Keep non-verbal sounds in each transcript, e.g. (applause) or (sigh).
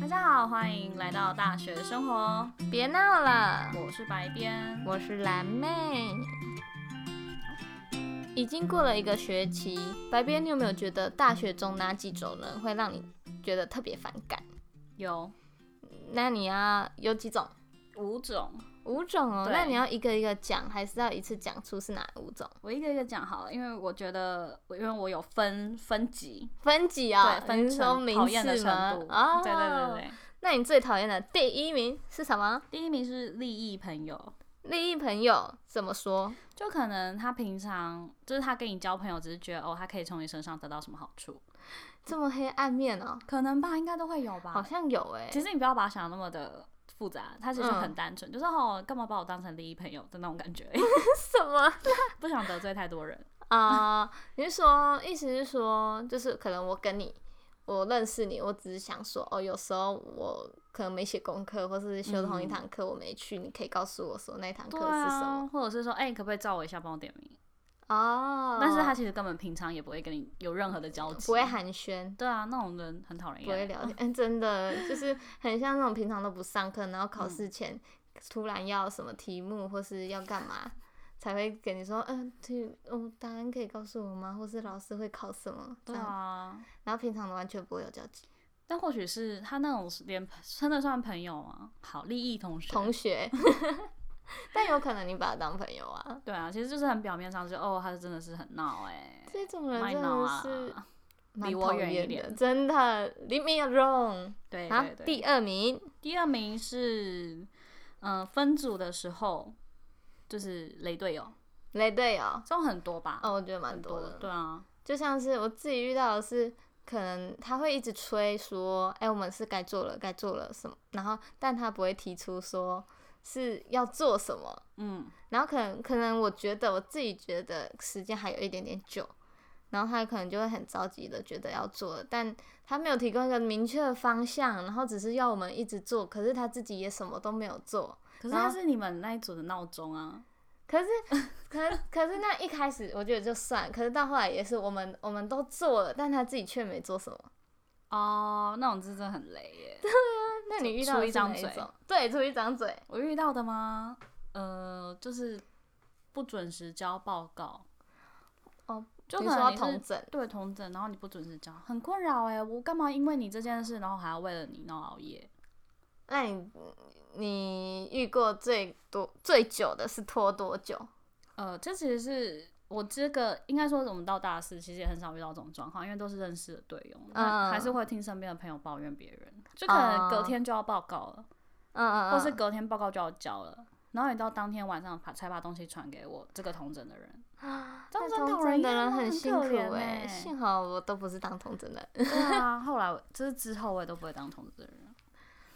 大家好，欢迎来到大学生活，别闹了，我是白边。我是蓝妹。已经过了一个学期，白边，你有没有觉得大学中哪几种人会让你觉得特别反感？有那你要有几种？五种，五种哦。对那你要一个一个讲，还是要一次讲出是哪五种？我一个一个讲好了，因为我觉得，因为我有分分级，分级啊、对，你分是说成名讨厌的次程吗度。？哦，对对对。对，那你最讨厌的第一名是什么？第一名是利益朋友，利益朋友怎么说？就可能他平常就是他跟你交朋友，只是觉得哦，他可以从你身上得到什么好处，这么黑暗面哦，可能吧，应该都会有好吧。像有哎、其实你不要把它想得那么的复杂，他其实嗯很单纯，就是哦，干嘛把我当成利益朋友的那种感觉， (laughs) 什么不想得罪太多人。啊、 (laughs) 你是说，意思是说，就是可能我跟你，我认识你，我只是想说，哦，有时候我可能没写功课，或是修同一嗯堂课我没去，你可以告诉我说那一堂课对是什啊么？，或者是说，哎、你可不可以照我一下，帮我点名？哦，啊但是他其实根本平常也不会跟你有任何的交集，不会。寒暄，对啊，那种人很讨人不会厌。聊天， (laughs) 嗯，真的就是很像那种平常都不上课，然后考嗯试前突然要什么题目或是要干嘛。才会给你说，嗯、对，哦，答案可以告诉我吗？或是老师会考什么？这对样，啊，然后平常完全不会有交集。但或许是他那种连真的算朋友吗？好，利益同学。(laughs) 同学，但有可能你把他当朋友啊。对啊，其实就是很表面上就哦，他真的是很闹哎、这种欸，人卖真闹的是啊。蛮离我讨远一厌的，点真的，leave me alone。对好对，对。啊第二名，第二名是，嗯、分组的时候就是雷队友，雷队友，这种很多吧？哦，我觉得蛮很多的。对啊，就像是我自己遇到的是，可能他会一直催说，哎、我们是该做了，该做了什么，然后但他不会提出说是要做什么，嗯，然后可能可能我觉得我自己觉得时间还有一点点久，然后他可能就会很着急的觉得要做了，但他没有提供一个明确的方向，然后只是要我们一直做，可是他自己也什么都没有做。可是然他后是你们那一组的闹钟啊。可 (laughs) 是，可可是那一开始我觉得就算，可是到后来也是我们我们都做了，但他自己却没做什么。哦，那种字真的很雷耶。 (laughs) 那出你遇到出的一是哪张嘴种？对，出一张嘴。我遇到的吗？呃，就是不准时交报告，哦，就你可说能要你同是整，对同整，然后你不准时交，很困扰哎。我干嘛因为你这件事，然后还要为了你闹熬夜？那你你遇过最多最久的是拖多久？呃，这其实是我这个应该说，我们到大四其实也很少遇到这种状况，因为都是认识的队友，那嗯还是会听身边的朋友抱怨别人，就可能隔哦天就要报告了，嗯嗯，嗯或是隔天报告就要交了，然后你到当天晚上把才把东西传给我这个同整的人，这样当真的啊童讨人真的厌人啊很辛可苦怜哎、欸 (laughs) 幸好我都不是当童真的人，对啊，后来我就是之后我也都不会当同志的人，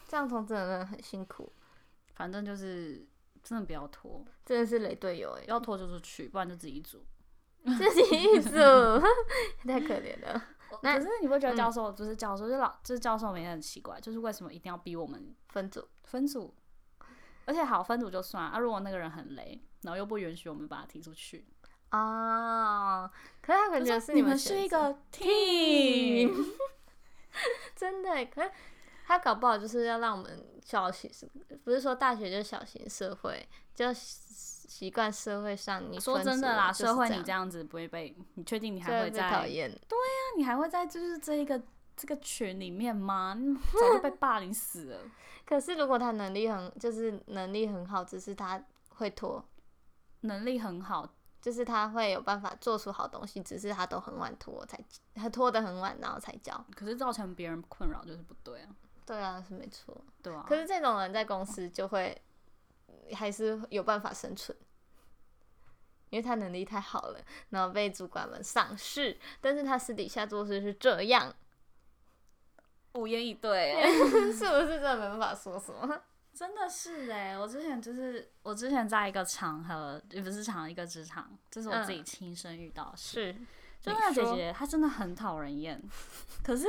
这样童真的人很辛苦，反正就是真的不要拖，真的是雷队友哎、要拖就是去，不然就自己组。自 (laughs) 己一组， (laughs) 太可怜了。那嗯可是你不觉得教授、就是教授，就老就是教授们也很奇怪，就是为什么一定要逼我们分组分组？而且好分组就算啊，如果那个人很雷，然后又不允许我们把他踢出去，哦，可是他感觉就是你们是一选择个 (laughs) team，真的欸、可是他搞不好就是要让我们小型，不是说大学就小型社会，就习惯社会上你说分真组的啦，就是社会你这这样样子不会被，你确定你就还会会被在讨厌。你还会在就是这一个这个群里面吗？你早 (laughs) 就被霸凌死了。可是如果他能力很，就是能力很好，只是他会拖，能力很好，就是他会有办法做出好东西，只是他都很晚拖才，他拖得很晚，然后才交。可是造成别人困扰就是不对啊，对啊，是没错。对啊。可是这种人在公司就会还是有办法生存，因为他能力太好了，然后被主管们赏识，但是他私底下做事是这样， (laughs) 无言以对欸、 (laughs) 是不是真的没办法说什么？ (laughs) 真的是哎、我之前就是我之前在一个场合，也不是场合，一个职场，这是我嗯自己亲身遇到的事。是，就你那个姐说姐她真的很讨人厌， (laughs) 可是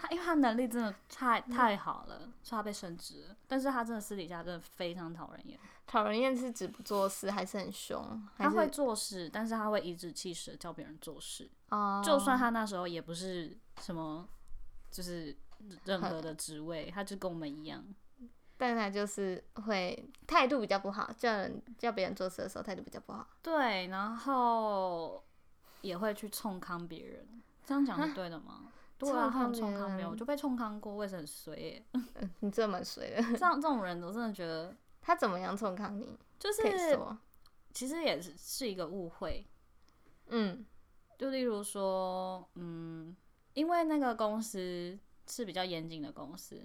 她因为她能力真的太太好了，所以她被升职了，但是她真的私底下真的非常讨人厌。讨人厌是指不做事，还是很凶，还她会是做事，但是她会颐指气使地教别人做事，哦，就算他那时候也不是什么就是任何的职位，他就跟我们一样。但他就是会态度比较不好，叫人叫别人做事的时候态度比较不好。对，然后也会去冲康别人，这样讲是对的吗？对啊，冲他们康冲别康别人，人我就被冲康过，我也是很衰耶、 (laughs) 嗯，你这蛮衰的。这样这种人，我真的觉得他怎么样冲康你？就可以是说，其实也是是一个误会。嗯就例如说，嗯，因为那个公司是比较严谨的公司，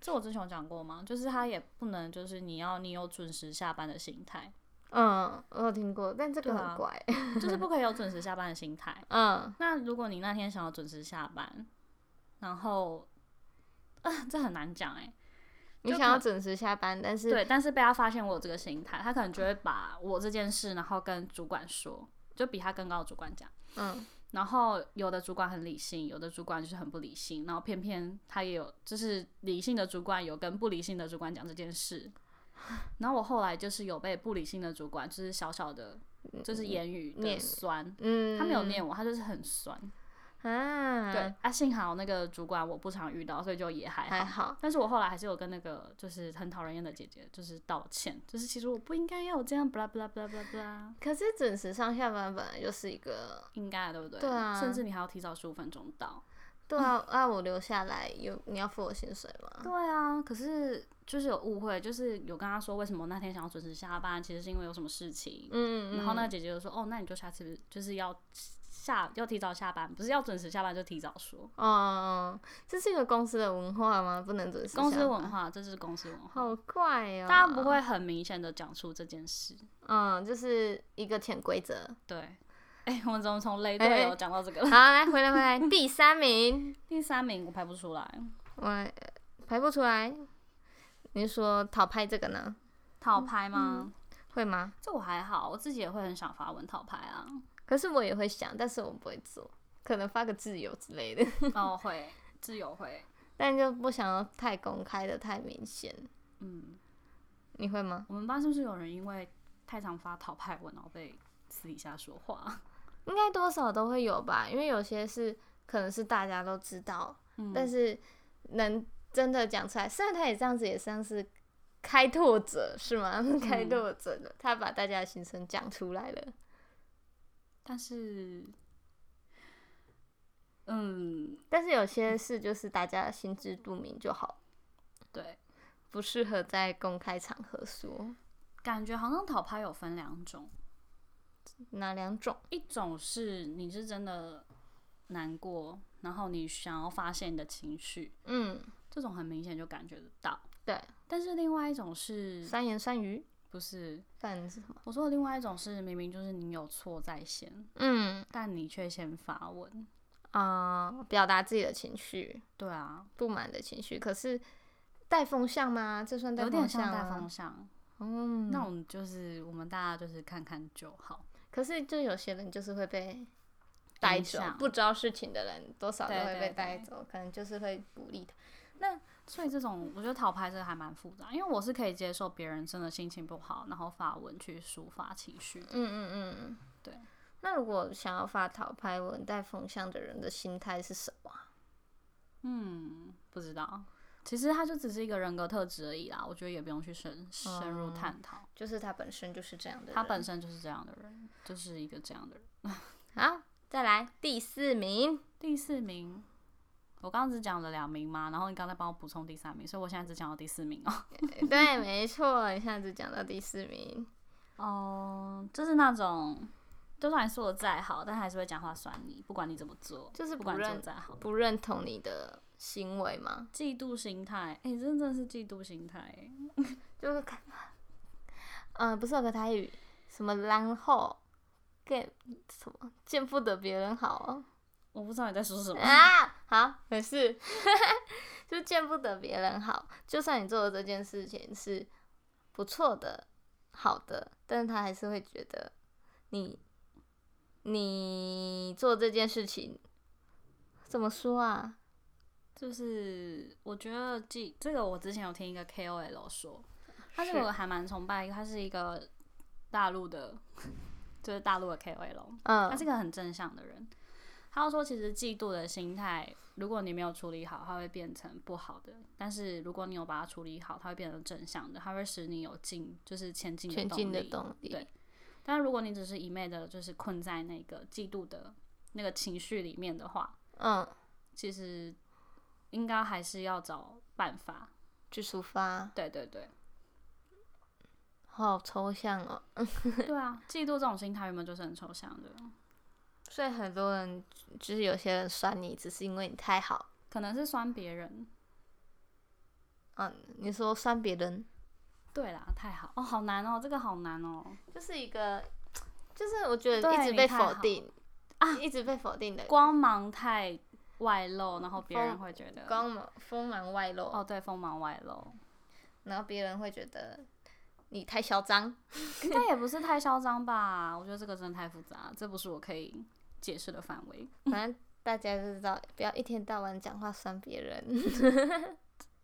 这我之前有讲过吗？就是他也不能，就是你要你有准时下班的心态，嗯，我有听过，但这个对啊很怪。 (laughs) 就是不可以有准时下班的心态。嗯，那如果你那天想要准时下班，然后，啊、这很难讲哎、你就想要可准时下班，但是对，但是被他发现我有这个心态，他可能就会把我这件事，然后跟主管说，就比他更高的主管讲。嗯，然后有的主管很理性，有的主管就是很不理性，然后偏偏他也有，就是理性的主管有跟不理性的主管讲这件事。 (laughs) 然后我后来就是有被不理性的主管，就是小小的，就是言语的嗯念酸，嗯，他没有念我，他就是很酸。啊，对，啊，幸好那个主管我不常遇到，所以就也还好。还好，但是我后来还是有跟那个就是很讨人厌的姐姐就是道歉，就是其实我不应该要有这样，巴拉巴拉巴拉巴拉巴拉，可是准时上下班本来就是一个，应该的对不对？对啊甚至你还要提早十五分钟到。对啊，嗯啊，我留下来有你要付我薪水吗？对啊，可是就是有误会，就是有跟他说为什么我那天想要准时下班，其实是因为有什么事情。嗯，然后那个呢？姐姐就说：“哦，那你就下次就是要下要提早下班，不是要准时下班就提早说。哦，这是一个公司的文化吗？不能准时下班。公司文化，这是公司文化，好怪哦，大家不，会很明显的讲出这件事。嗯，就是一个潜规 (laughs) 则。对，哎、我们怎么从雷哎队哎友讲到这个好，来回来回来，第三名， (laughs) 第三名我排不出来，我呃排不出来。你说讨拍这个呢？嗯讨拍吗？会吗？这我还好，我自己也会很想发文讨拍 (laughs) 啊。可是我也会想，但是我不会做，可能发个自由之类的， (laughs) 哦，会，自由会，但就不想要太公开的太明显。嗯，你会吗？我们班是不是有人因为太常发讨拍文，然后被私底下说话？ (laughs) 应该多少都会有吧，因为有些是可能是大家都知道，嗯，但是能真的讲出来，虽然他也这样子，也算是开拓者是吗？ (laughs) 开拓者的，他把大家的心声讲出来了。但是，嗯，但是有些事就是大家心知肚明就好，对，不适合在公开场合说。感觉好像讨拍有分两种，哪两种？一种是你是真的难过，然后你想要发泄你的情绪，嗯，这种很明显就感觉得到。对，但是另外一种是，三言三语，不是但是什么？我说的另外一种是，明明就是你有错在先，嗯但你却先发文。啊、表达自己的情绪，对啊，不满的情绪，可是带风向吗？这算带有风点向啊像吗？带风向。嗯，那我们就是我们大家就是看看就好。可是就有些人就是会被带走影，响不知道事情的人多少都对会对被对带走，可能就是会鼓励他。所以这种我觉得讨拍这个还蛮复杂，因为我是可以接受别人真的心情不好，然后发文去抒发情绪的。嗯嗯嗯，嗯对。那如果想要发讨拍文带风向的人的心态是什么啊？嗯，不知道，其实他就只是一个人格特质而已啦，我觉得也不用去深深入嗯探讨。就是他本身就是这样的人。他本身就是这样的人，就是一个这样的人。好，再来第四名，第四名，我刚刚只讲了两名嘛，然后你刚才帮我补充第三名，所以我现在只讲到第四名哦。对，没错，一下子讲到第四名。哦，就是那种，就算你说的再好，但还是会讲话酸你，不管你怎么做，就是不不管你做认得再好，不认同你的行为吗？嫉妒心态，哎、真的是嫉妒心态欸，就是看，嗯、不是有个台语什么，然后 get 什么见不得别人好哦、我不知道你在说什么。啊，好，没事， (laughs) 就见不得别人好。就算你做的这件事情是不错的、好的，但是他还是会觉得你你做这件事情怎么说啊？ (laughs) 就是我觉得嫉这个，我之前有听一个 KOL 说，他这是个我还蛮崇拜，他是一个大陆的，就是大陆的 KOL，他嗯是一个很正向的人。他就说，其实嫉妒的心态，如果你没有处理好，它会变成不好的；但是如果你有把它处理好，它会变成正向的，它会使你有进，就是前进的前进动的力。动力。对但如果你只是一昧的，就是困在那个嫉妒的那个情绪里面的话，嗯，其实应该还是要找办法。去抒发，对对 (laughs) 对，好抽象哦。对啊，嫉妒这种心态原本就是很抽象的，所以很多人就是有些人酸你，只是因为你太好。可能是酸别人。嗯，你说酸别人，对啦，太好哦，好难哦，这个好难哦。就是一个，就是我觉得对一直你被太否好定啊，一直被否定的光芒太外露，然后别人风会觉得光芒锋芒外露，哦，对，锋芒外 (laughs) 露，然后别人会觉得你太嚣张。应该也不是太嚣张吧？我觉得这个真的太复杂，这不是我可以解释的范围。反正大家就知道，不要一天到晚讲话酸 (laughs) 别人。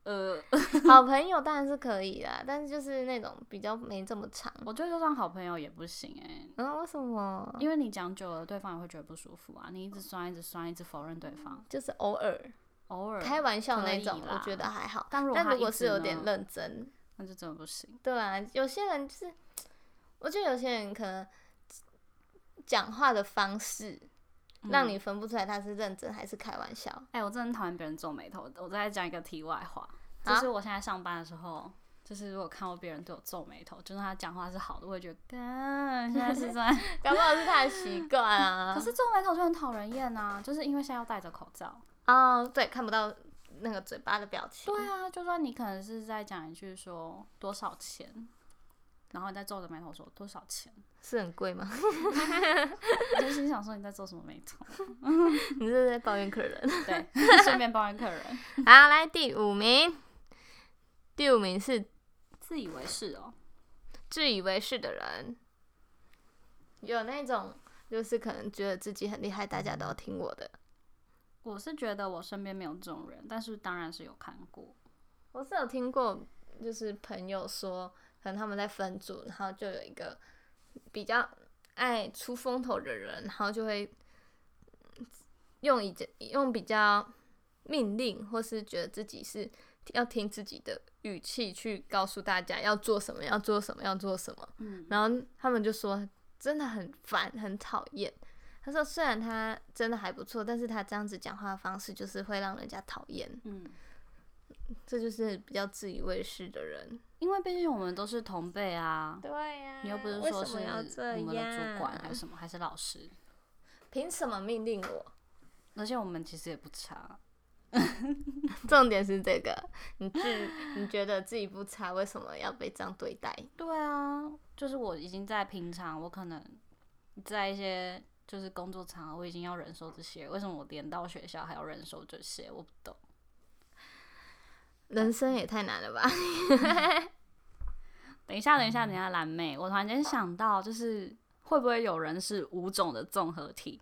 呃， (laughs) 好朋友当然是可以啦，但是就是那种比较没这么长。我觉得就算好朋友也不行哎、嗯，为什么？因为你讲久了，对方也会觉得不舒服啊。你一直酸，一直酸，一直否认对方，就是偶尔偶尔开玩笑可那以种，我啦觉得还好。但如果但他如一果直是有点呢认真，那就真的不行。对啊，有些人就是，我觉得有些人可能讲话的方式让嗯你分不出来他是认真还是开玩 (laughs) 笑。哎、我真的很讨厌别人皱眉头。我再讲一个题外话，就啊是我现在上班的时候，就是如果看到别人对我皱眉头，就是他讲话是好的，我会觉得，干，现在是在。搞不好是他的习惯 (laughs) 啊。(laughs) 可是皱眉头就很讨人厌啊，就是因为现在要戴着口罩。哦，对，看不到那个嘴巴的表情。对啊，就算你可能是在讲一句说多少钱，然后你在皱着眉头说多少钱，是很贵吗？我就心想说你在皱什么眉头？ (laughs) 你是在抱怨客 (laughs) 人？对， (laughs) 顺便抱怨客人，好，来第五名，第五名是自以为是哦。自以为是的人，有那种就是可能觉得自己很厉害，大家都要听我的。我是觉得我身边没有这种人，但是当然是有看过。我是有听过，就是朋友说，可能他们在分组，然后就有一个比较爱出风头的人，然后就会用以前用比较命令或是觉得自己是要听自己的语气去告诉大家要做什么，要做什么，要做什么。嗯，然后他们就说真的很烦，很讨厌。他说虽然他真的还不错，但是他这样子讲话的方式就是会让人家讨厌。嗯，这就是比较自以为是的人。因为毕竟我们都是同辈啊，对呀、你又不是为说什是么要这我们的主管还样？是什么，还是老师，凭什么命令我？而且我们其实也不差。 (laughs) 重点是这个，你自你觉得自己不差，为什么要被这样对待？对啊，就是我已经在平常，我可能在一些就是工作场合，我已经要忍受这些，为什么我连到学校还要忍受这些？我不懂。人生也太难了吧！ (laughs) 等一下，等一嗯下，等一下，蓝妹，我突然间想到，就是会不会有人是五种的综合体？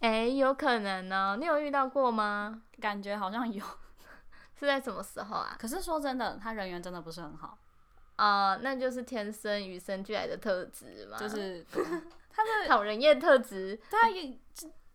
哎、有可能哦，你有遇到过吗？感觉好像有， (laughs) 是在什么时候啊？可是说真的，他人缘真的不是很好，啊、那就是天生与生俱来的特质嘛，就是嗯讨人厌特质。他也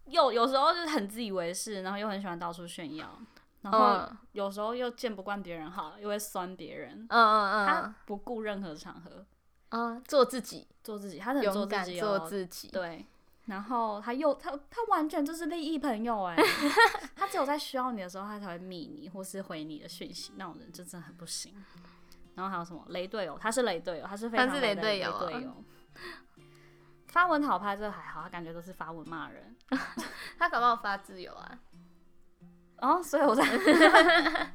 有有时候就是很自以为是，然后又很喜欢到处炫耀，然后嗯有时候又见不惯别人好，又会酸别人，嗯嗯他不顾任何场合嗯嗯，做自己，做自己，他很做勇自敢己、做哦，自己。对。然后他又他他完全就是利益朋友哎、 (laughs) 他只有在需要你的时候，他才会密你或是回你的讯息，那种人就真的很不行。然后还有什么雷队友，他是雷队友，他是非常他是雷雷的队友啊队友。发文讨拍这个还好，他感觉都是发文骂人，他搞不好发自由啊，哦，所以我在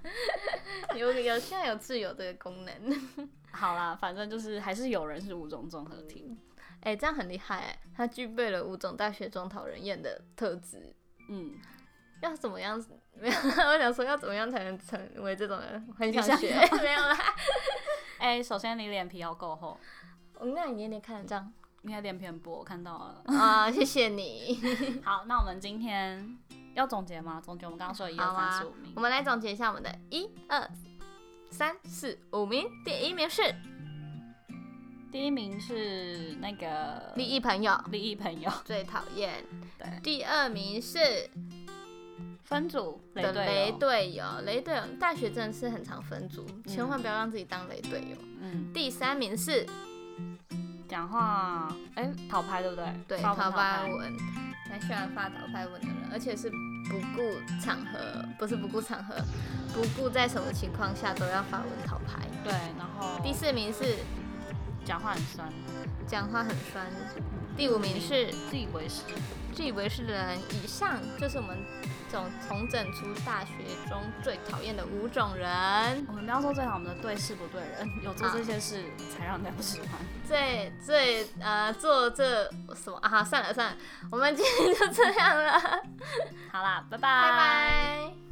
(laughs) 有有现在有自由这个功能。 (laughs) (laughs) 好啦，反正就是还是有人是五种综合体。哎、这样很厉害、欸，他具备了五种大学中讨人厌的特质。嗯，要怎么样？ (laughs) 没有，我想说要怎么样才能成为这种人？很你想想学， (laughs) 没有啦。哎、首先你脸皮要够厚，我们那你捏捏看，这样你的脸皮很薄，我看到了。啊、谢谢 (laughs) 你。好，那我们今天要总结吗？总结我们刚刚说的一好二三啊四五名我。们来总结一下我们呃的一二三四五名。第一名是第一名是那个利益朋友利益朋友，最讨厌。对，第二名是分组雷的队雷友，队友，雷队友大学真的是很常分组，千万不要让自己当雷队友。嗯，第三名是讲话哎、讨拍对不对？对发文讨拍拍，文，很喜欢发讨拍文的人，而且是不顾场合，不是不顾场合，不顾在什么情况下都要发文讨拍。对，然后第四名是讲话很酸，讲话很酸，第五名是自以为是，自以为是的人。以上就是我们总重整出大学中最讨厌的五种人，我们不要说最好，我们的对事不对人，有做好这些事才让人家不喜欢。最最呃做这什么啊？算了算了，我们今天就这样了，好啦，拜拜，拜拜。